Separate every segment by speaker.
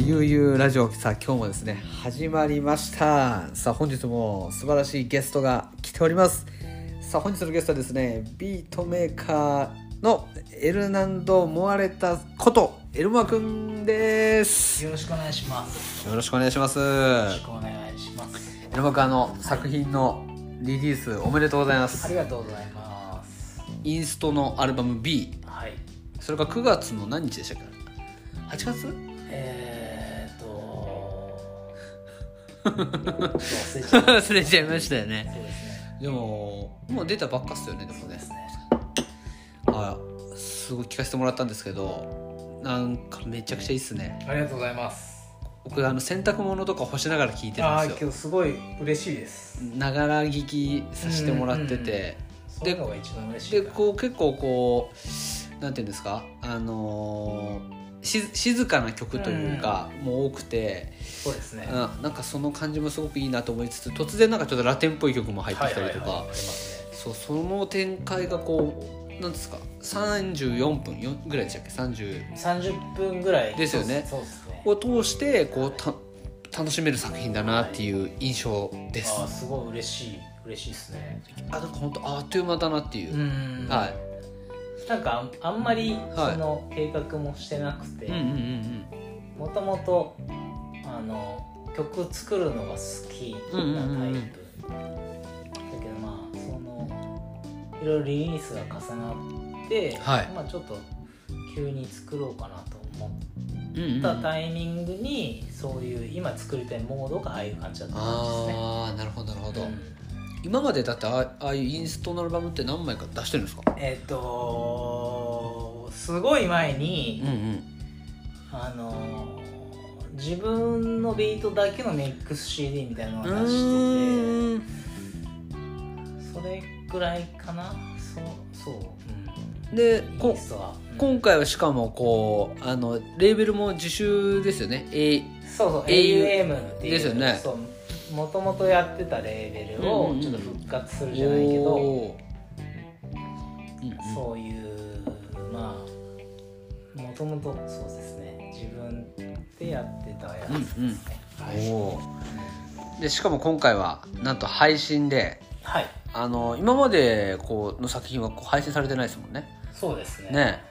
Speaker 1: ゆうゆうラジオさあ今日もですね始まりましたさあ本日も素晴らしいゲストが来ておりますさあ本日のゲストはですねビートメーカーのエルナンド・モアレタことエルモアくんです
Speaker 2: よろしくお願いします。
Speaker 1: よろしくお願いします
Speaker 2: よろしくお願いします。
Speaker 1: エルモアくんあの作品のリリースおめでとうございま
Speaker 2: あり
Speaker 1: す
Speaker 2: がとうございます。
Speaker 1: インストのアルバム B
Speaker 2: はい。
Speaker 1: それが9月の何日でしたっけ8月
Speaker 2: えーっと、忘れちゃった。
Speaker 1: 忘れちゃいましたよね
Speaker 2: そうですね。
Speaker 1: でももう出たばっかっすよねでも
Speaker 2: そう
Speaker 1: ね
Speaker 2: ですね。
Speaker 1: あすごい聞かせてもらったんですけどなんかめちゃくちゃいいっすね
Speaker 2: ありがとうございます。
Speaker 1: 僕あの洗濯物とか干しながら聞いて
Speaker 2: ああ
Speaker 1: るん
Speaker 2: ー、
Speaker 1: です
Speaker 2: け
Speaker 1: よ
Speaker 2: どすごい嬉しいです。
Speaker 1: ながら聞きさせてもらってて、
Speaker 2: そういうのが一番嬉しい
Speaker 1: で
Speaker 2: から。
Speaker 1: こう結構こうなんていうんですかあのーし静かな曲というか、もう多くて、
Speaker 2: そうですね。は
Speaker 1: うんなんかその感じもすごくいいなと思いつつ突然なんかちょっとラテンっぽい曲も入
Speaker 2: い
Speaker 1: って
Speaker 2: は
Speaker 1: き
Speaker 2: い
Speaker 1: た
Speaker 2: は
Speaker 1: り
Speaker 2: い
Speaker 1: とか、
Speaker 2: ありますね
Speaker 1: そうその展開がこうなんですか34分よぐらいでしたっけ30
Speaker 2: 30分ぐらい
Speaker 1: ですよね
Speaker 2: そうですね。
Speaker 1: を通してこうた楽しめる作品だなっていう印象です。
Speaker 2: ああ、すごい嬉しい。嬉しいですね。
Speaker 1: あなんか本当あっという間だなっていう。
Speaker 2: ん
Speaker 1: はい。
Speaker 2: なんかあんあんまり
Speaker 1: はい
Speaker 2: その計画もしてなくて、
Speaker 1: うんうん
Speaker 2: もともとあの曲作るのが好きなタイプ、だけどまあそのいろいろリリースが重なって、
Speaker 1: はい
Speaker 2: まあ、ちょっと急に作ろうかなと思
Speaker 1: うんうん。うんう
Speaker 2: っ
Speaker 1: ん
Speaker 2: たタイミングに、そういう今作りたいモードがああいう感じだったんですね。
Speaker 1: ああなるほどなるほど。
Speaker 2: うん
Speaker 1: 今までだってあああいうインストのアルバムって何枚か出してるんですか。
Speaker 2: えっ、とすごい前に、
Speaker 1: うんうん。
Speaker 2: あのー自分のビートだけのミックス CD みたいなのを出して
Speaker 1: うーん
Speaker 2: てそれぐらいかなそうそう、
Speaker 1: で
Speaker 2: うん、イ
Speaker 1: こ
Speaker 2: ンストは、うん
Speaker 1: 今回はしかもこうあのレーベルも自主ですよね。A
Speaker 2: そうそう
Speaker 1: AUM
Speaker 2: AUM っていう
Speaker 1: ですよね
Speaker 2: そうもともとやってたレーベル
Speaker 1: うんう
Speaker 2: を
Speaker 1: んうん
Speaker 2: ちょっと復活するじゃないけど、
Speaker 1: おーうんうん
Speaker 2: そういうまあもともとそうですね自分でやってたやつですね、はい、
Speaker 1: おーでしかも今回はなんと配信で
Speaker 2: はい、
Speaker 1: あの今までこうの作品はこう配信されてないですもんね
Speaker 2: そうですね
Speaker 1: ね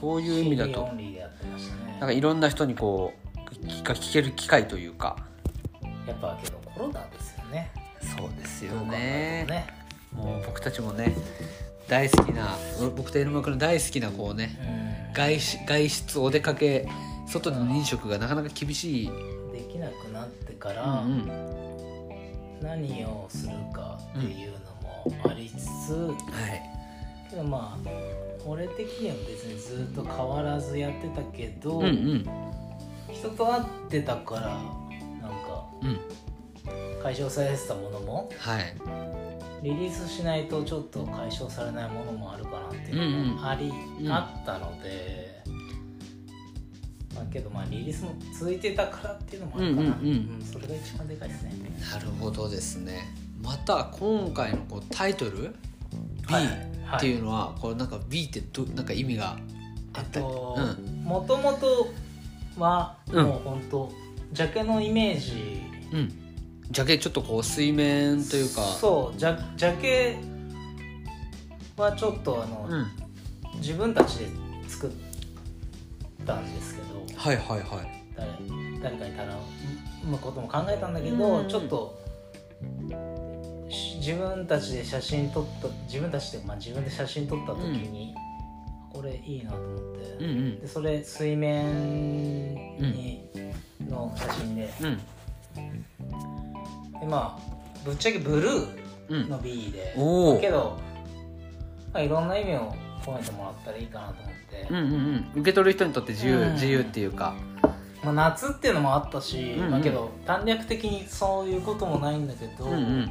Speaker 1: そういう意味だ
Speaker 2: CD
Speaker 1: と
Speaker 2: オンリーでやってましたね
Speaker 1: なんかいろんな人にこう聞か聞ける機会というか
Speaker 2: やっぱけどコロナですよね。
Speaker 1: そうです
Speaker 2: どう考えてもね。
Speaker 1: もう僕たちもね大好きな俺僕とエルマ君の大好きなこうね外し外出お出かけ外での飲食がなかなか厳しい、
Speaker 2: うんできなくなってか
Speaker 1: う
Speaker 2: ら
Speaker 1: んうん、
Speaker 2: 何をするかっていうのもありつつ、
Speaker 1: はい
Speaker 2: けどまあ俺的には別にずっと変わらずやってたけど、
Speaker 1: うんうん
Speaker 2: 人と会ってたからなんか
Speaker 1: うん
Speaker 2: 解消されてたものも
Speaker 1: はい
Speaker 2: リリースしないとちょっと解消されないものもあるかなっていうのもあり、
Speaker 1: うん
Speaker 2: あったので、まあ、けどまあリリースも続いてたからっていうのもあるかな、
Speaker 1: うんうんうん
Speaker 2: うんそれが一番でかいですね
Speaker 1: なるほどですねまた今回のこうタイトル B
Speaker 2: はいはい
Speaker 1: っていうのは、これなんか B ってどなんか意味があ
Speaker 2: あ
Speaker 1: ったり、
Speaker 2: ともともとは
Speaker 1: うん
Speaker 2: もう本当、ジャケのイメージ
Speaker 1: うんうんジャケちょっとこう水面というか
Speaker 2: そうジャジャケはちょっとあの、
Speaker 1: うん、
Speaker 2: 自分たちで作ったんですけど
Speaker 1: はいはいはい
Speaker 2: 誰誰かいたら産むことも考えたんだけど、
Speaker 1: うん
Speaker 2: ちょっとし自分たちで写真撮った自分たちで、まあ、自分で写真撮った時に、これいいなと思って、
Speaker 1: うんうん
Speaker 2: でそれ水面に、の写真で
Speaker 1: うん
Speaker 2: でまあぶっちゃけブル
Speaker 1: う
Speaker 2: ー
Speaker 1: ん
Speaker 2: の B で、
Speaker 1: おお
Speaker 2: けど、まあ、いろんな意味を込めてもらったらいいかなと思って、
Speaker 1: うんうんうん受け取る人にとって自由、
Speaker 2: うん
Speaker 1: 自由っていうか
Speaker 2: まあ、夏っていうのもあったし、
Speaker 1: うんうん
Speaker 2: まあ、けど短絡的にそういうこともないんだけど、
Speaker 1: うんうん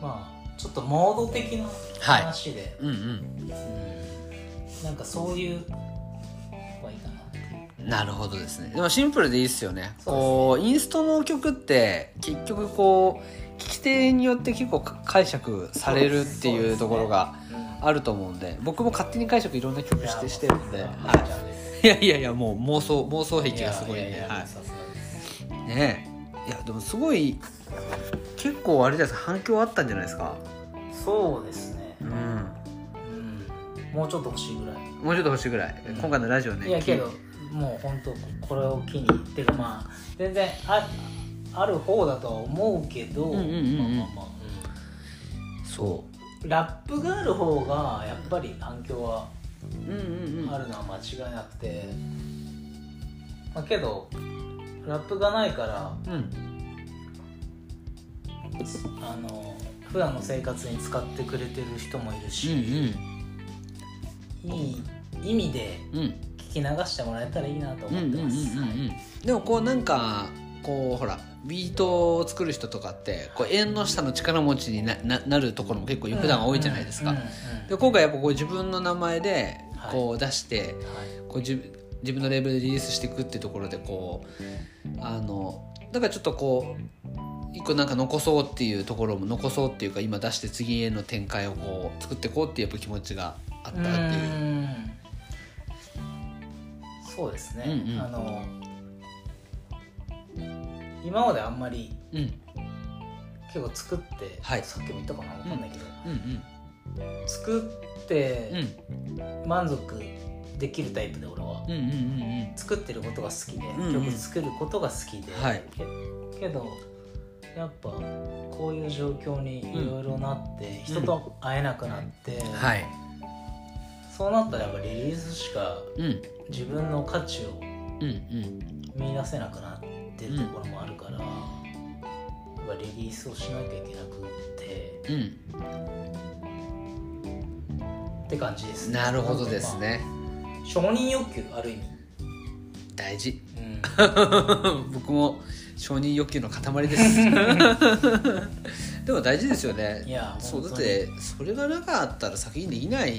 Speaker 2: まあちょっとモード的な
Speaker 1: はい
Speaker 2: 話で、
Speaker 1: うんうん
Speaker 2: うんなんかそういう方がいいかなっていう
Speaker 1: なるほどですねでもシンプルでいいっすよね
Speaker 2: そうですね
Speaker 1: こうインストの曲って結局こう聞き手によって結構解釈されるっていうところが、あると思うんで僕も勝手に解釈いろんな曲してしてるん
Speaker 2: い
Speaker 1: で、
Speaker 2: やも
Speaker 1: は
Speaker 2: う
Speaker 1: い
Speaker 2: そうです
Speaker 1: いやいやいやもう妄想妄想
Speaker 2: い
Speaker 1: 癖
Speaker 2: や
Speaker 1: がすごい
Speaker 2: いや
Speaker 1: ね
Speaker 2: い
Speaker 1: は
Speaker 2: やさすがです
Speaker 1: いねえいやでもすごい結構あれじゃないですか反響あったんじゃないですか
Speaker 2: そうですね
Speaker 1: うん
Speaker 2: うんもうちょっと欲しいぐらい
Speaker 1: もうちょっと欲しいぐらい、
Speaker 2: うん
Speaker 1: 今回のラジオね
Speaker 2: いや
Speaker 1: 聞
Speaker 2: けどもう本当これを機にっていうかまあ全然あある方だとは思うけど、
Speaker 1: うんうんうんうん
Speaker 2: まあまあまあ、
Speaker 1: そ
Speaker 2: うんラップがある方がやっぱり反響は
Speaker 1: ううんうんうん
Speaker 2: あるのは間違いなくて、まあ、けどラップがないから
Speaker 1: うん
Speaker 2: あの普段の生活に使ってくれてる人もいる
Speaker 1: う
Speaker 2: し、
Speaker 1: ん
Speaker 2: いい意味で
Speaker 1: うんうん
Speaker 2: 聞き流してもらえたらいいなと
Speaker 1: うんう
Speaker 2: 思っ
Speaker 1: ん
Speaker 2: て
Speaker 1: うんう
Speaker 2: ます。
Speaker 1: んでもこうなんかこうほらビートを作る人とかってこう縁の下の力持ちになななるところも結構
Speaker 2: はい
Speaker 1: 普段は多いじゃないですか、
Speaker 2: うんうんうん
Speaker 1: で今回やっぱこう自分の名前で
Speaker 2: はい
Speaker 1: こう出して、
Speaker 2: はい
Speaker 1: こう自分自分のレーベルでリリースしていくっていうところでこうあのだからちょっとこう一個なんか残そうっていうところも残そうっていうか今出して次への展開をこう作っていこうっていうやっぱ気持ちがあったっていう。
Speaker 2: んそうですね、
Speaker 1: うんうん
Speaker 2: あの今まであんまり
Speaker 1: うん
Speaker 2: 結構作って、
Speaker 1: はい
Speaker 2: さっきも言ったかなわかんないけど、
Speaker 1: うん
Speaker 2: 作っ
Speaker 1: うんうん
Speaker 2: て満足できるタイプで俺は、
Speaker 1: うんうんうんうん
Speaker 2: 作ってることが好きで、
Speaker 1: んうん
Speaker 2: 曲作ることが好きで、
Speaker 1: はい
Speaker 2: けけどやっぱこういう状況にいろいろなって、人と会えなくなって、
Speaker 1: はい
Speaker 2: そうなったらやっぱリリースしか
Speaker 1: うん
Speaker 2: 自分の価値を
Speaker 1: うんうん
Speaker 2: 見出せなくなってるところもあるから、やっぱリリースをしなきゃいけなくって
Speaker 1: うん
Speaker 2: って感じですね
Speaker 1: なるほどです
Speaker 2: な
Speaker 1: ね
Speaker 2: んかまあ承認欲求ある意味、
Speaker 1: 大事
Speaker 2: うん、
Speaker 1: 僕も承認欲求の塊です でも大事ですよね
Speaker 2: いや
Speaker 1: そうだ
Speaker 2: 本
Speaker 1: っ
Speaker 2: 当に
Speaker 1: てそれがなかったら作品できないで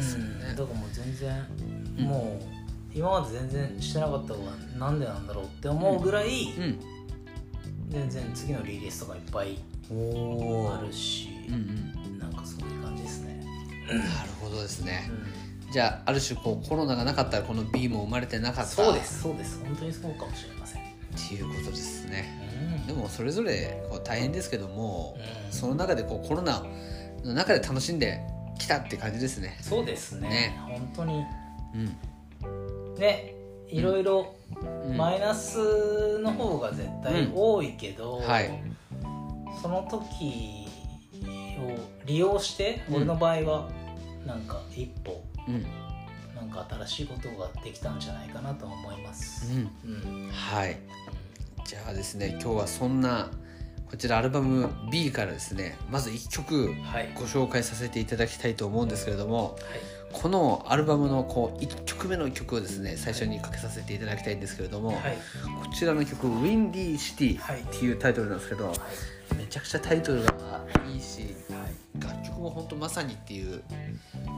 Speaker 1: すよ
Speaker 2: うんだ
Speaker 1: ね
Speaker 2: からもう全然、
Speaker 1: うん
Speaker 2: もう今まで全然してなかったのがなんでなんだろうって思うぐらい、
Speaker 1: うん、
Speaker 2: 全然次のリリースとかいっぱい
Speaker 1: おお
Speaker 2: あるし、
Speaker 1: うんうん
Speaker 2: なんかそういう感じですね、
Speaker 1: なるほどですね
Speaker 2: うん
Speaker 1: じゃあある種こうコロナがなかったらこの B も生まれてなかった
Speaker 2: そうですそうです本当にそうかもしれません、
Speaker 1: っていうことですね
Speaker 2: うん
Speaker 1: でもそれぞれこう大変ですけども、
Speaker 2: うん
Speaker 1: その中でこうコロナの中で楽しんできたって感じですね
Speaker 2: そうですね
Speaker 1: ね
Speaker 2: 本当に
Speaker 1: うん
Speaker 2: ねいろいろ
Speaker 1: うん
Speaker 2: マイナスの方が絶対多いけど、
Speaker 1: うんはい
Speaker 2: その時を利用して
Speaker 1: うん
Speaker 2: 俺の場合はなんか一歩
Speaker 1: うん
Speaker 2: なんか新しいことができたんじゃないかなと思います。うん
Speaker 1: うんはいじゃあですね今日はそんなこちらアルバム B からですねまず1曲
Speaker 2: はい、はい
Speaker 1: ご紹介させていただきたいと思うんですけれどもこのアルバムのこう1曲目の曲をですね最初にかけさせていただきたいんですけれども、
Speaker 2: はい
Speaker 1: こちらの曲「ウィンディーシティ」
Speaker 2: はい
Speaker 1: っていうタイトルなんですけど、
Speaker 2: はい
Speaker 1: めちゃくちゃタイトルがいいし
Speaker 2: はい
Speaker 1: 楽曲も本当まさにっていう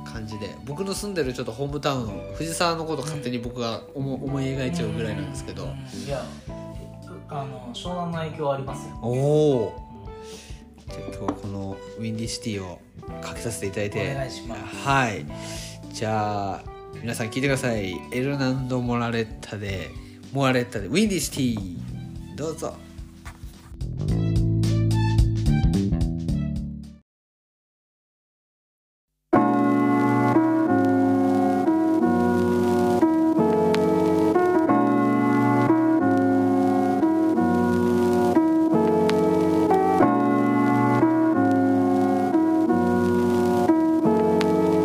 Speaker 1: 感じで僕の住んでるちょっとホームタウン藤沢のこと勝手に僕が思思い描いちゃうぐらいなんですけど、
Speaker 2: うんいやあの湘南の影響はありますよ。
Speaker 1: おおじゃあ今日はこの「ウィンディシティ」をかけさせていただいて
Speaker 2: お願いします
Speaker 1: はいじゃあ皆さん聞いてくださいエルナンド・モラレッタでモラレッタで「ウィンディシティ」どうぞ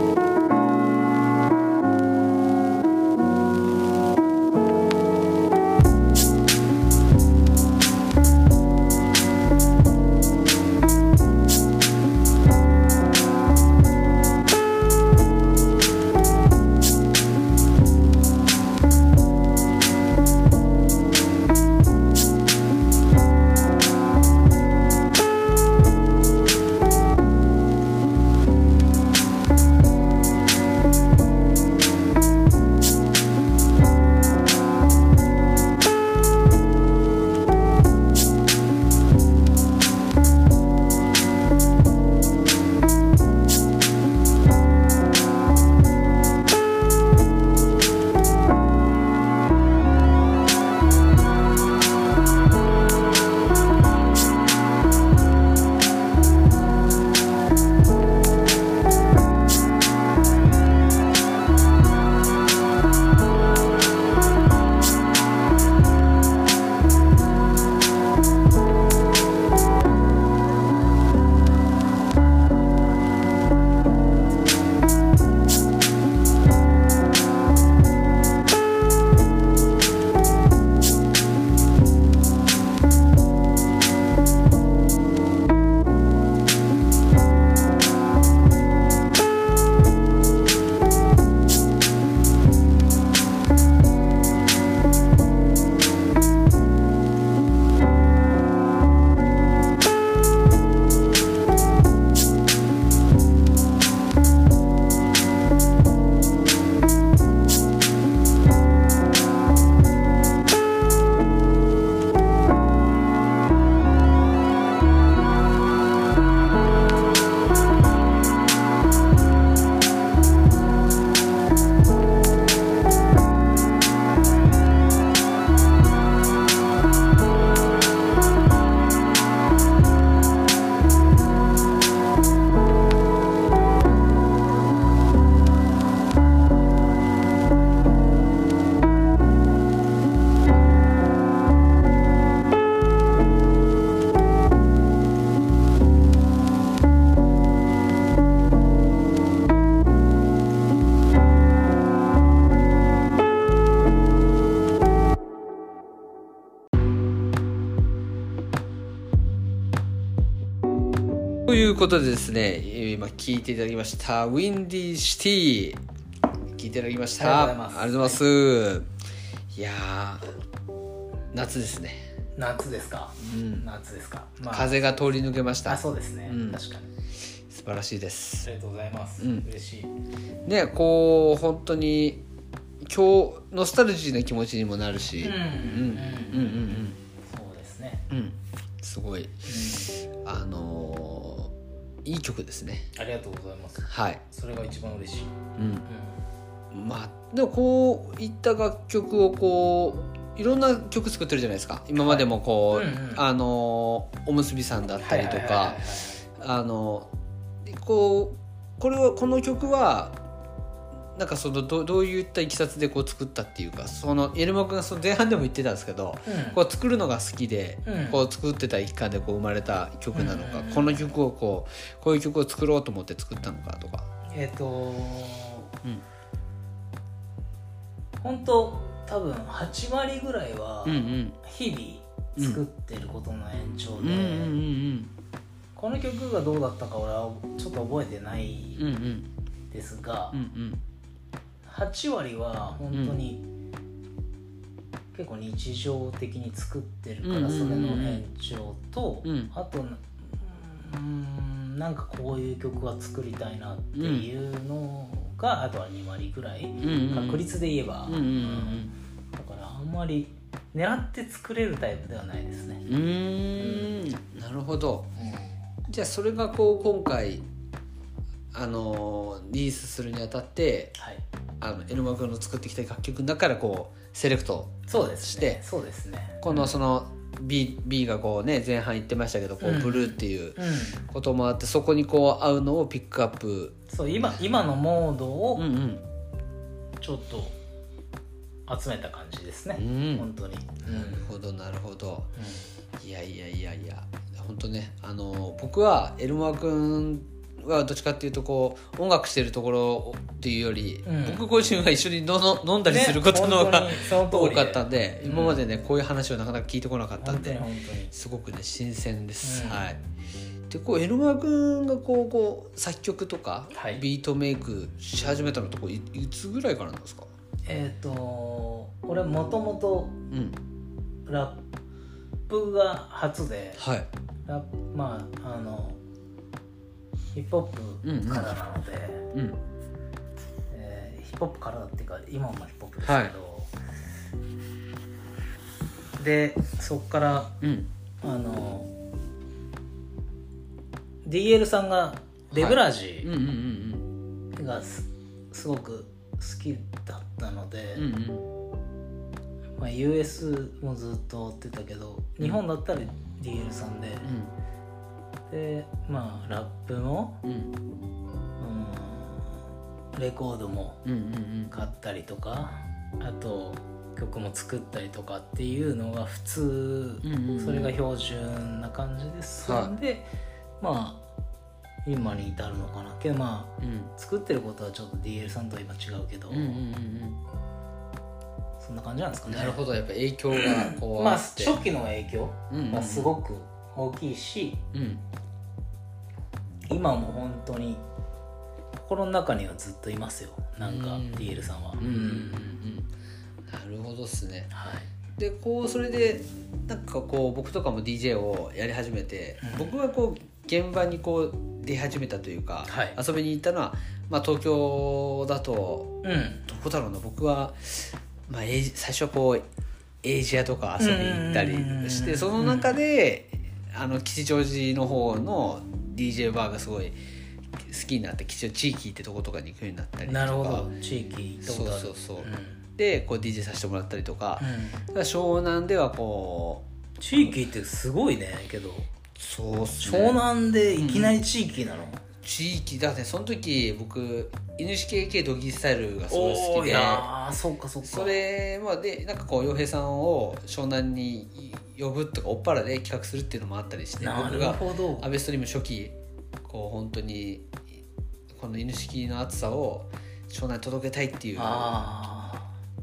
Speaker 3: 「
Speaker 1: いうことでですね今聞いていただきました「ウィンディーシティ」聞いていただきました
Speaker 2: ありがとうございます
Speaker 1: ありがとうございます、い、やー夏ですね、
Speaker 2: 夏ですか
Speaker 1: うん、
Speaker 2: 夏ですか、まあ、
Speaker 1: 風が通り抜けまし
Speaker 2: あ
Speaker 1: た素
Speaker 2: そうですね、
Speaker 1: うん
Speaker 2: 確かに
Speaker 1: 晴らしいで
Speaker 2: あ
Speaker 1: す
Speaker 2: りがとうございます、
Speaker 1: うん
Speaker 2: 嬉しい
Speaker 1: ねこう本当に今日ノスタルジーな気持ちにもなるし、
Speaker 2: うん
Speaker 1: うんうんうん
Speaker 2: そうですね、
Speaker 1: うんうんすごいあのーいい曲ですね
Speaker 2: ありがとうございます
Speaker 1: はい、
Speaker 2: それが一番嬉しい、
Speaker 1: うん、まあでもこういった楽曲をこういろんな曲作ってるじゃないですか今までもこ
Speaker 2: は
Speaker 1: う、
Speaker 2: いうんうん
Speaker 1: あのーおむすびさんだったり
Speaker 2: は
Speaker 1: と
Speaker 2: いはいはい
Speaker 1: かあのでこうこれはこの曲はなんかそのどどういったいきさつでこう作ったっていうかそのエルモ君がその前半でも言ってたんですけど
Speaker 2: はいはいうん
Speaker 1: こう作るのが好きで、
Speaker 2: うん
Speaker 1: こう作ってた一環でこう生まれた曲なのか、
Speaker 2: うん
Speaker 1: この曲をこうこういう曲を作ろうと思って作ったのかとか。
Speaker 2: えっ、と、
Speaker 1: うん
Speaker 2: 本当多分8割ぐらいは
Speaker 1: うん
Speaker 2: 日々作ってることの延長
Speaker 1: う
Speaker 2: で、
Speaker 1: んうんうん
Speaker 2: この曲がどうだったか俺はちょっと覚えてない
Speaker 1: うんうんうん
Speaker 2: ですが、
Speaker 1: うんうん
Speaker 2: 8割は本当に、結構日常的に作ってるから
Speaker 1: うん
Speaker 2: それの延長と、
Speaker 1: うん
Speaker 2: あとうーんなんかこういう曲は作りたいなっていうのが、あとは2割ぐらい、
Speaker 1: うんうんうん
Speaker 2: 確率で言えば、
Speaker 1: うんうんうん
Speaker 2: だからあんまり狙って作れるタイプではないですね
Speaker 1: う、ーんなるほどじゃあそれがこう今回あのーリリースするにあたって
Speaker 2: はい
Speaker 1: あのエルマ君の作ってきた楽曲の中からこうセレクト
Speaker 2: そうですね
Speaker 1: して
Speaker 2: そうですね
Speaker 1: このその B, B がこうね前半言ってましたけどこ
Speaker 2: う
Speaker 1: うんブルーってい
Speaker 2: う
Speaker 1: う
Speaker 2: ん
Speaker 1: こともあってそこにこう合うのをピックアップ
Speaker 2: そう今今のモード
Speaker 1: うん
Speaker 2: を
Speaker 1: うん
Speaker 2: ちょっと集めた感じですね、
Speaker 1: うん
Speaker 2: 本当に、うん
Speaker 1: なるほどなるほど
Speaker 2: うん
Speaker 1: いやいやいやいや本当ねあの僕はエルマー君はどっちかっていうとこう音楽してるところっていうより、
Speaker 2: うん
Speaker 1: 僕個人は一緒にのの飲んだりすることの方が、
Speaker 2: ね本当
Speaker 1: 多
Speaker 2: にその通り
Speaker 1: かったんで、
Speaker 2: うん
Speaker 1: 今までねこういう話をなかなか聞いてこなかったん
Speaker 2: 本当に
Speaker 1: で
Speaker 2: 本当に
Speaker 1: すごくね新鮮です、
Speaker 2: うん
Speaker 1: はいでこうエルマー君がこうこう作曲とか、
Speaker 2: はい
Speaker 1: ビートメイクし始めたのとこいいつぐらいからなんですか
Speaker 2: えっ、と俺もともと
Speaker 1: うん
Speaker 2: ラップが初で
Speaker 1: はい
Speaker 2: ラップまああのヒップホップからなので、
Speaker 1: うん
Speaker 2: えーヒップホップからっていうか今もヒップホップですけど、
Speaker 1: は
Speaker 2: でそっから
Speaker 1: うん
Speaker 2: あの DL さんがレブラ
Speaker 1: うん
Speaker 2: ジ
Speaker 1: うんうん
Speaker 2: がす,、すごく好きだったので、
Speaker 1: うんうんうん
Speaker 2: まあ、US もずっと追ってたけど日本だったら DL さんで、でまあラップも
Speaker 1: うんうん
Speaker 2: うんレコードも
Speaker 1: うんうんうん
Speaker 2: 買ったりとかあと曲も作ったりとかっていうのが普通、
Speaker 1: うんうんうん
Speaker 2: それが標準な感じですんで、まあ今に至るのかなけどまあ
Speaker 1: うん
Speaker 2: 作ってることはちょっと DL さんとは今違うけど、
Speaker 1: うんうんうん
Speaker 2: そんな感じなんです
Speaker 1: う
Speaker 2: か
Speaker 1: ん
Speaker 2: ね。
Speaker 1: なるほどやっぱ影響がこう
Speaker 2: まあ
Speaker 1: あって
Speaker 2: 初期の影響
Speaker 1: うん
Speaker 2: がすごく大きいし、
Speaker 1: うん
Speaker 2: 今も本当に心の中にはずっといますよなんか
Speaker 1: うん
Speaker 2: DL さんは、
Speaker 1: うんうんうんうんなるほどっすね
Speaker 2: はい
Speaker 1: でこうそれでなんかこう僕とかも DJ をやり始めて、
Speaker 2: うん
Speaker 1: 僕がこう現場にこう出始めたというか、
Speaker 2: はい
Speaker 1: 遊びに行ったのは、まあ、東京だと
Speaker 2: うん
Speaker 1: どこだろうな僕は、まあ、エイジ最初はこうエイジアとか遊びに行ったりし
Speaker 2: う
Speaker 1: て
Speaker 2: ん
Speaker 1: その中であの吉祥寺の方の DJ バーがすごい好きになって吉祥地域ってとことかに行くようになったりとか
Speaker 2: なるほど地域行ったことある
Speaker 1: そうそうそうんでこう DJ させてもらったりとか
Speaker 2: う、
Speaker 1: だから湘南ではこうん
Speaker 2: 地域ってすごいねけど
Speaker 1: そうっすね
Speaker 2: 湘南でいきなり地域なの、
Speaker 1: 地域だってその時僕 NHKK ドギースタイルがすごい好
Speaker 2: お
Speaker 1: き
Speaker 2: ーい
Speaker 1: で
Speaker 2: やーそっかそっか
Speaker 1: それまあでなんかこう洋平さんを湘南に呼ぶとかおっぱらで企画するっていうのもあったりして
Speaker 2: な
Speaker 1: 僕
Speaker 2: る
Speaker 1: が
Speaker 2: ほど
Speaker 1: 安倍ストリーム初期こう本当にこの犬式の熱さを湘南に届けたいっていう安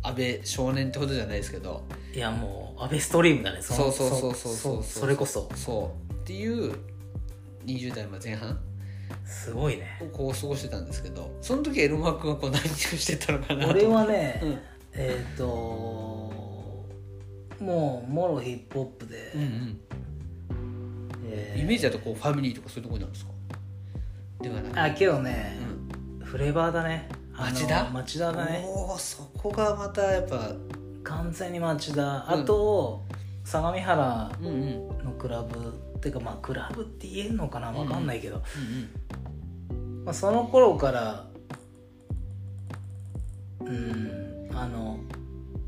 Speaker 2: あ
Speaker 1: 倍少年ってことじゃないですけど
Speaker 2: ーいやもう安倍ストリームだねの
Speaker 1: そうそうそうそうそう
Speaker 2: それこそ
Speaker 1: そうっていう20代まあ前半
Speaker 2: すごいね
Speaker 1: をこう過ごしてたんですけどその時エルマー君はこう何をしてたのかなと
Speaker 2: 俺はね、
Speaker 1: うん
Speaker 2: えっ、ともうもろヒップホップで、
Speaker 1: うん
Speaker 2: え
Speaker 1: うん、イメージだとこうファミリーとかそういうとこになるんですかではな
Speaker 2: あ
Speaker 1: い
Speaker 2: けどね、
Speaker 1: うん
Speaker 2: フレーバーだねあの
Speaker 1: 町田
Speaker 2: 町田だね
Speaker 1: おーそこがまたやっぱ
Speaker 2: 完全に町田あと、相模原
Speaker 1: うんうんうん
Speaker 2: のクラブっていうかまあクラブって言えんのかなわかんないけど、まあ、その頃からうんあの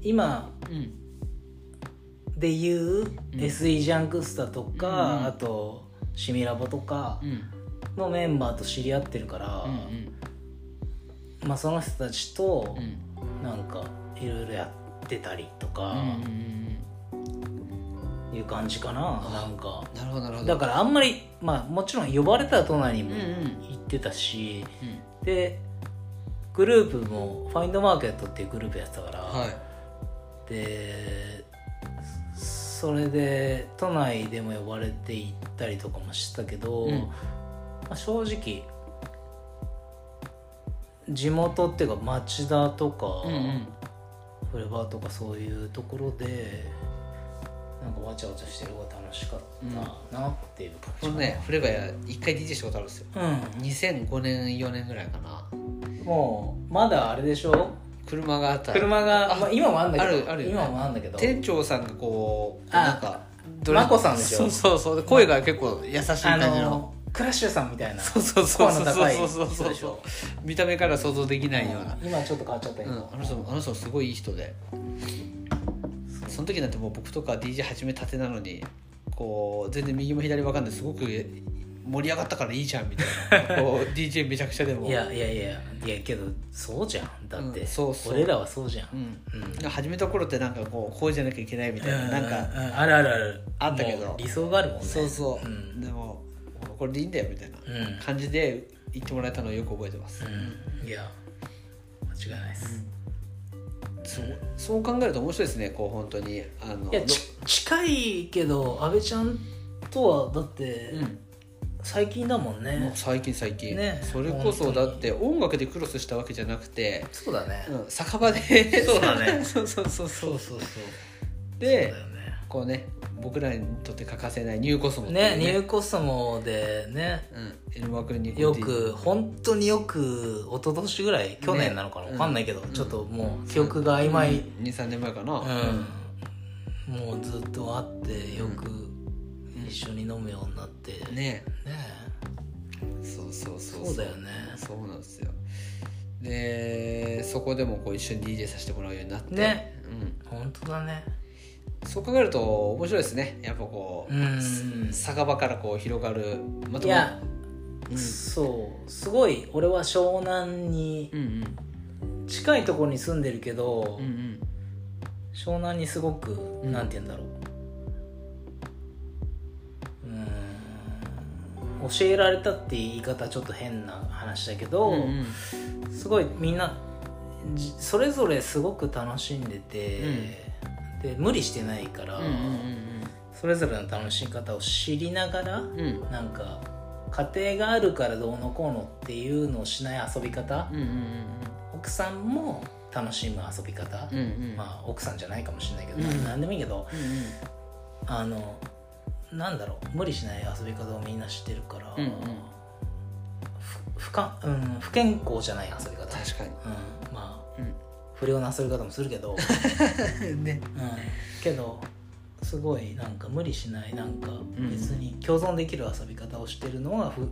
Speaker 2: 今
Speaker 1: うんうん
Speaker 2: で言う、
Speaker 1: ん
Speaker 2: SE ジャンクスタとか、
Speaker 1: うん
Speaker 2: あとシミラボとか
Speaker 1: うん
Speaker 2: のメンバーと知り合ってるから、
Speaker 1: うん
Speaker 2: まあ、その人たちと
Speaker 1: うんうん
Speaker 2: なんかいろいろやってたりとか
Speaker 1: うんうんうん
Speaker 2: いう感じかな、なんか
Speaker 1: なるほどなるほど
Speaker 2: だからあんまりまあもちろん呼ばれたら都内にも
Speaker 1: うんうん
Speaker 2: 行ってたし、
Speaker 1: うん
Speaker 2: でグループもファインドマーケットっていうグループやってたから、
Speaker 1: はい
Speaker 2: でそれで都内でも呼ばれて行ったりとかもしてたけど、
Speaker 1: うん
Speaker 2: まあ、正直地元っていうか町田とか、
Speaker 1: うんうん
Speaker 2: フレバーとかそういうところでなんかわちゃわちゃしてる方が楽しかったなっていう感じ
Speaker 1: このねフレバヤ一回 DJ したことあるんですよ
Speaker 2: う、
Speaker 1: 2005年4年ぐらいかなん
Speaker 2: もうまだあれでしょ
Speaker 1: 車があった
Speaker 2: 車がまあ、今もあんだけど
Speaker 1: あるあるよね
Speaker 2: 今もあんだけど
Speaker 1: 店長さんがこう
Speaker 2: あ
Speaker 1: なんか
Speaker 2: マコさんでしょ
Speaker 1: そうそうそう声が結構優しい
Speaker 2: あ
Speaker 1: 感じの
Speaker 2: のクラッシュさんみたいな
Speaker 1: そうそうそう
Speaker 2: ス
Speaker 1: そう
Speaker 2: コアの高い
Speaker 1: そうそうそう
Speaker 2: 人でしょ
Speaker 1: 見た目から想像できないような
Speaker 2: 今ちょっと変わっちゃったけ
Speaker 1: う
Speaker 2: ど、
Speaker 1: んあの人もあの人もすごいいい人でその時なんてもう僕とか DJ 始めたてなのにこう全然右も左も分かんないすごく盛り上がったからいいじゃんみたいな こう DJ めちゃくちゃでも
Speaker 2: いやいやいやいやけどそうじゃんだって、
Speaker 1: うんそうそう
Speaker 2: 俺らはそうじゃん、
Speaker 1: うん
Speaker 2: うん
Speaker 1: 始めた頃ってなんかこうこうじゃなきゃいけないみたいななんか
Speaker 2: ううんあるあるある
Speaker 1: あったけど
Speaker 2: もう理想があるもんね
Speaker 1: そうそう、
Speaker 2: ん
Speaker 1: でもこれでいいんだよみたいな
Speaker 2: うんう
Speaker 1: 感じで言ってもらえたのをよく覚えてます、
Speaker 2: んいや間違いないです、
Speaker 1: そうそう考えると面白いですねこう本当にあの
Speaker 2: いやち近いけど阿部ちゃんとはだって、
Speaker 1: うん、
Speaker 2: 最近だもん
Speaker 1: もう
Speaker 2: ね
Speaker 1: 最近最近、
Speaker 2: ね
Speaker 1: それこそ
Speaker 2: 本当
Speaker 1: だ
Speaker 2: に
Speaker 1: って音楽でクロスしたわけじゃなくて、
Speaker 2: そうだね、
Speaker 1: うん、酒場で
Speaker 2: そうだね
Speaker 1: そうそうそうそ
Speaker 2: そううそうそう
Speaker 1: で
Speaker 2: そうだよね
Speaker 1: こうね僕らにとって欠かせないニューコスモってい
Speaker 2: ね
Speaker 1: う
Speaker 2: ニューコスモでね
Speaker 1: うん、エルマ君に
Speaker 2: よく本当によく一昨年ぐらい去年なのかな
Speaker 1: ね
Speaker 2: 分かんないけど、
Speaker 1: うん
Speaker 2: ちょっともう記憶が曖昧、
Speaker 1: 23年前かな、
Speaker 2: うんもうずっと会ってよく
Speaker 1: ん
Speaker 2: 一緒に飲むようになって、ね
Speaker 1: ね
Speaker 2: え
Speaker 1: そうそうそう
Speaker 2: そうだよね
Speaker 1: そうなんですよでそこでもこう一緒に DJ させてもらうようになって
Speaker 2: ね、
Speaker 1: うん、
Speaker 2: 本当だね
Speaker 1: そう考えると面白いですねやっぱこう、
Speaker 2: うん
Speaker 1: 酒場からこう広がるま
Speaker 2: い
Speaker 1: た
Speaker 2: や、
Speaker 1: うん
Speaker 2: そうすごい俺は湘南に
Speaker 1: うんうん
Speaker 2: 近いところに住んでるけど、
Speaker 1: うんうん
Speaker 2: 湘南にすごく、
Speaker 1: うん
Speaker 2: なんて言うんだろううーん教えられたって言い方ちょっと変な話だけど、
Speaker 1: うんうん
Speaker 2: すごいみんなじそれぞれすごく楽しんでて、で無理してないから、
Speaker 1: うん
Speaker 2: それぞれの楽しみ方を知りながら、
Speaker 1: うんうんうん
Speaker 2: なんか家庭があるからどうのこうのっていうのをしない遊び方、
Speaker 1: うんうん
Speaker 2: 奥さんも楽しむ遊び方、
Speaker 1: うんうんうん
Speaker 2: まあ奥さんじゃないかもしれないけど、
Speaker 1: うん
Speaker 2: なん、何でもいいけど
Speaker 1: うんうん
Speaker 2: あのなんだろう無理しない遊び方をみんな知ってるから、
Speaker 1: うんうん
Speaker 2: ふ不かうん、不健康じゃない遊び方、
Speaker 1: 確か
Speaker 2: うん、まあ、
Speaker 1: うん
Speaker 2: 不良な遊び方もするけ ど、う
Speaker 1: にね
Speaker 2: ん、けどすごいなんか無理しないなんか
Speaker 1: ん
Speaker 2: 別に共存できる遊び方をしてるのがふ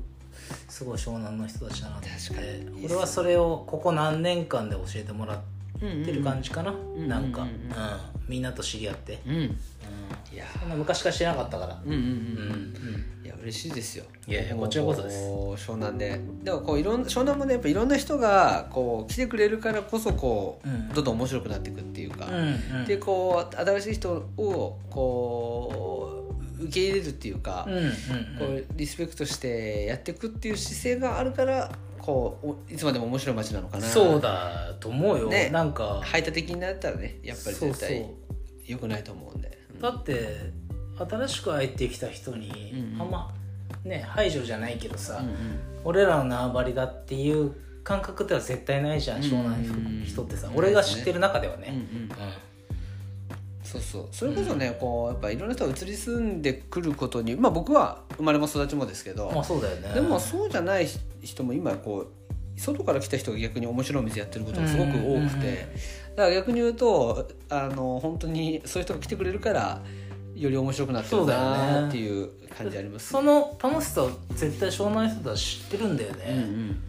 Speaker 2: すごい湘南の人たちだなって
Speaker 1: 確かに
Speaker 2: 俺はそれをここ何年間で教えてもらっ
Speaker 1: うん
Speaker 2: てる感じかな、
Speaker 1: ん
Speaker 2: なんか、
Speaker 1: う
Speaker 2: うんん
Speaker 1: うんうん
Speaker 2: みんなと知り合って、
Speaker 1: うんい
Speaker 2: うん
Speaker 1: や
Speaker 2: そんな昔から知らなかったから
Speaker 1: うんうん
Speaker 2: う
Speaker 1: うんん
Speaker 2: う
Speaker 1: うん
Speaker 2: ん
Speaker 1: いや嬉しいですよ
Speaker 2: いやいや
Speaker 1: 僕も
Speaker 2: こちらこそです
Speaker 1: う湘南ででもこういろん湘南もねやっぱいろんな人がこう来てくれるからこそこう、
Speaker 2: うん
Speaker 1: どんどん面白くなっていくっていうか、
Speaker 2: うんうん
Speaker 1: でこう新しい人をこう受け入れるっていうか、
Speaker 2: うんうん
Speaker 1: こうリスペクトしてやっていくっていう姿勢があるからこうおいつまでも面白い街なのか
Speaker 2: うん
Speaker 1: な
Speaker 2: そうだと思うよ、
Speaker 1: ね
Speaker 2: なんか
Speaker 1: 排他的になったらねやっぱり絶
Speaker 2: そう
Speaker 1: 対
Speaker 2: そう
Speaker 1: 良くないと思うんで
Speaker 2: だって新しく入ってきた人に
Speaker 1: うんうん
Speaker 2: あんまね排除じゃないけどさ、
Speaker 1: うんうん
Speaker 2: 俺らの縄張りだっていう感覚では絶対ないじゃん湘南の人ってさ、
Speaker 1: うん
Speaker 2: 俺が知ってる中では
Speaker 1: うんう
Speaker 2: ね、
Speaker 1: んそうそうそれこそね、こうやっぱいろんな人が移り住んでくることにまあ僕は生まれも育ちもですけど、
Speaker 2: まあそうだよね
Speaker 1: でもそうじゃない人も今こう外から来た人が逆に面白い店やってることがすごく多くて、
Speaker 2: うんうんうんうん
Speaker 1: だから逆に言うとあの本当にそういう人が来てくれるからより面白くなってる
Speaker 2: そうだよ
Speaker 1: な
Speaker 2: ね
Speaker 1: っていう感じありますね
Speaker 2: その楽しさを絶対湘南の人は知ってるんだよ
Speaker 1: うんう
Speaker 2: ね、
Speaker 1: ん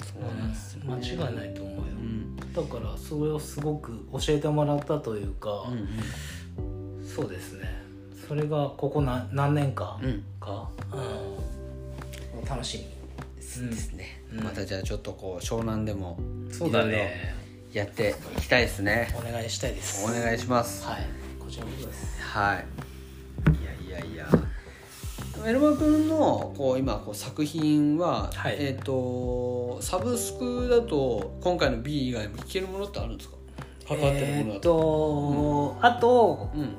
Speaker 1: そうなんですよね、
Speaker 2: 間違いないと思うよ、
Speaker 1: うん
Speaker 2: だからそれをすごく教えてもらったというか、
Speaker 1: うん
Speaker 2: そうですねそれがここな何年か
Speaker 1: うんうん
Speaker 2: か、うん楽し
Speaker 1: そうですね、
Speaker 2: うん
Speaker 1: またじゃあちょっとこう湘南でも
Speaker 2: み
Speaker 1: そうだねやっていきたいですね
Speaker 2: お願いしたいです
Speaker 1: お願いします
Speaker 2: はいこちらこそです
Speaker 1: はい。いやいやいや。エルマ君のこう今こう作品は、
Speaker 2: はい
Speaker 1: えっ、とサブスクだと今回の B 以外も聴けるものってあるんですか？かかってるもの
Speaker 2: えー
Speaker 1: だ
Speaker 2: っ
Speaker 1: と。
Speaker 2: と、あと
Speaker 1: うん。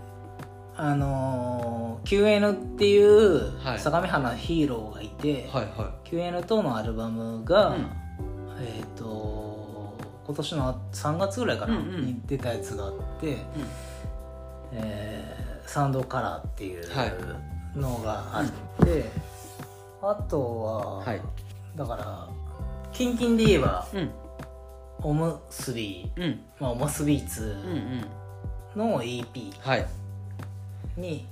Speaker 2: あのー QN っていう
Speaker 1: はい
Speaker 2: 相模原ヒーローがいて、
Speaker 1: はいは
Speaker 2: QN 等のアルバム
Speaker 1: い。
Speaker 2: が、えーっと今年の3月ぐらいかな、
Speaker 1: うんうん
Speaker 2: に出たやつがあって、えーサウンドカラーっていう
Speaker 1: はい
Speaker 2: のがあって、あとは、
Speaker 1: うん。はい。
Speaker 2: だからキンキンで言えば
Speaker 1: うん
Speaker 2: おむすび、
Speaker 1: うん
Speaker 2: まあ、おむすび
Speaker 1: うんう
Speaker 2: 2
Speaker 1: ん。
Speaker 2: の EP
Speaker 1: はい。
Speaker 2: に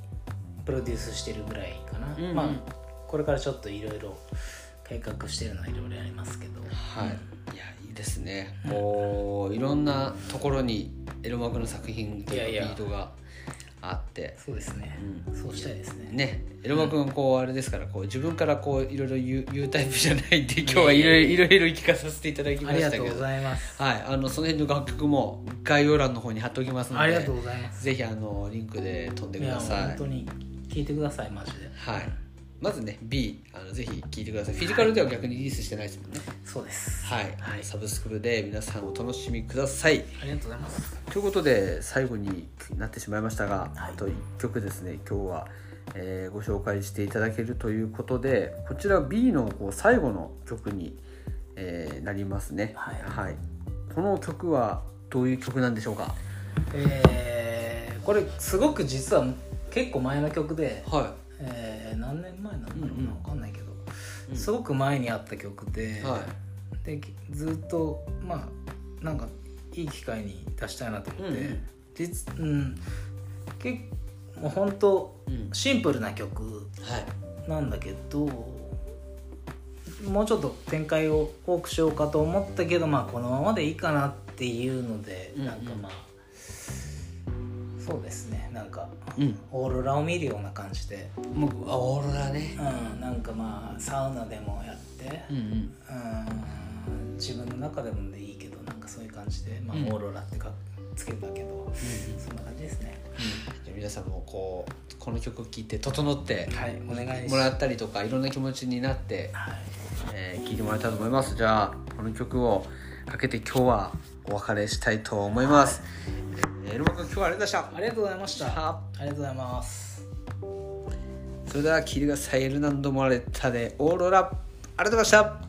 Speaker 2: プロデュースしてるぐらいかな、
Speaker 1: うんうん
Speaker 2: まあこれからちょっといろいろ計画してるのはいろいろありますけど
Speaker 1: はい。いやいいですね。もういろんなところにエルマ君の作品と
Speaker 2: いやい
Speaker 1: いう
Speaker 2: や
Speaker 1: かビートがあって。
Speaker 2: そうですね、
Speaker 1: うん
Speaker 2: そうしたいですね
Speaker 1: ね、エロマ君こうあれですからこう自分からこういろいろ言う言うタイプじゃないんで今日はいろいろいろいろ聞かさせていただきま
Speaker 2: あり
Speaker 1: した
Speaker 2: が
Speaker 1: け
Speaker 2: と
Speaker 1: ど
Speaker 2: うございます
Speaker 1: はい、あのその辺の楽曲も概要欄の方に貼っておきますので
Speaker 2: ありがとうございます
Speaker 1: ぜひあのリンクで飛んで
Speaker 2: い
Speaker 1: く
Speaker 2: や
Speaker 1: ださい
Speaker 2: 本当に聞いてくださいマジで
Speaker 1: はい、まずね B あのぜひ聴いてくださいフィジカルでは逆にリリースしてないですもんね
Speaker 2: そうです
Speaker 1: はい、
Speaker 2: はい
Speaker 1: サブスクで皆さんお楽しみください
Speaker 2: ありがとうございます
Speaker 1: ということで最後になってしまいましたが、
Speaker 2: はい
Speaker 1: あと1曲ですね今日は、えーご紹介していただけるということでこちら B のこう最後の曲に、えーなりますね、
Speaker 2: はい
Speaker 1: この曲はどういう曲なんでしょうか
Speaker 2: えーこれすごく実は結構前の曲で、
Speaker 1: は
Speaker 2: えー何年前なんだろうな、
Speaker 1: うんうん
Speaker 2: 分かんないけど、
Speaker 1: うん
Speaker 2: すごく前にあった曲で,、
Speaker 1: は
Speaker 2: でずっとまあなんかいい機会に出したいなと思って、
Speaker 1: うんうん
Speaker 2: 実うん結もう本当
Speaker 1: い、うん
Speaker 2: シンプルな曲
Speaker 1: はい
Speaker 2: なんだけどもうちょっと展開を多くしようかと思ったけどまあこのままでいいかなっていうので、
Speaker 1: うんうん
Speaker 2: なんかまあそうですねなんか
Speaker 1: うん
Speaker 2: オーロラを見るような感じで、
Speaker 1: もうあオーロラね
Speaker 2: うん、なんかまあサウナでもやって、
Speaker 1: うんうん
Speaker 2: うん、自分の中でもでいいけどなんかそういう感じで、まあ、
Speaker 1: うん
Speaker 2: オーロラってかつけたけど、そんな感じですね
Speaker 1: じゃあ皆さんもこうこの曲を聴いて整って
Speaker 2: はいお願いし
Speaker 1: も
Speaker 2: ま
Speaker 1: ら
Speaker 2: す
Speaker 1: ったりとかいろんな気持ちになって
Speaker 2: はい
Speaker 1: えー、聴いてもらえたと思いますじゃあこの曲をかけて今日はお別れしたいと思います、えーエルマ君今日はありがとうございま
Speaker 2: ありがとうございまし
Speaker 1: した
Speaker 2: あ
Speaker 1: た
Speaker 2: りがとうございます
Speaker 1: それでは聴いてくださいエルナンド・モラレッタで「オーロラ」ありがとうございました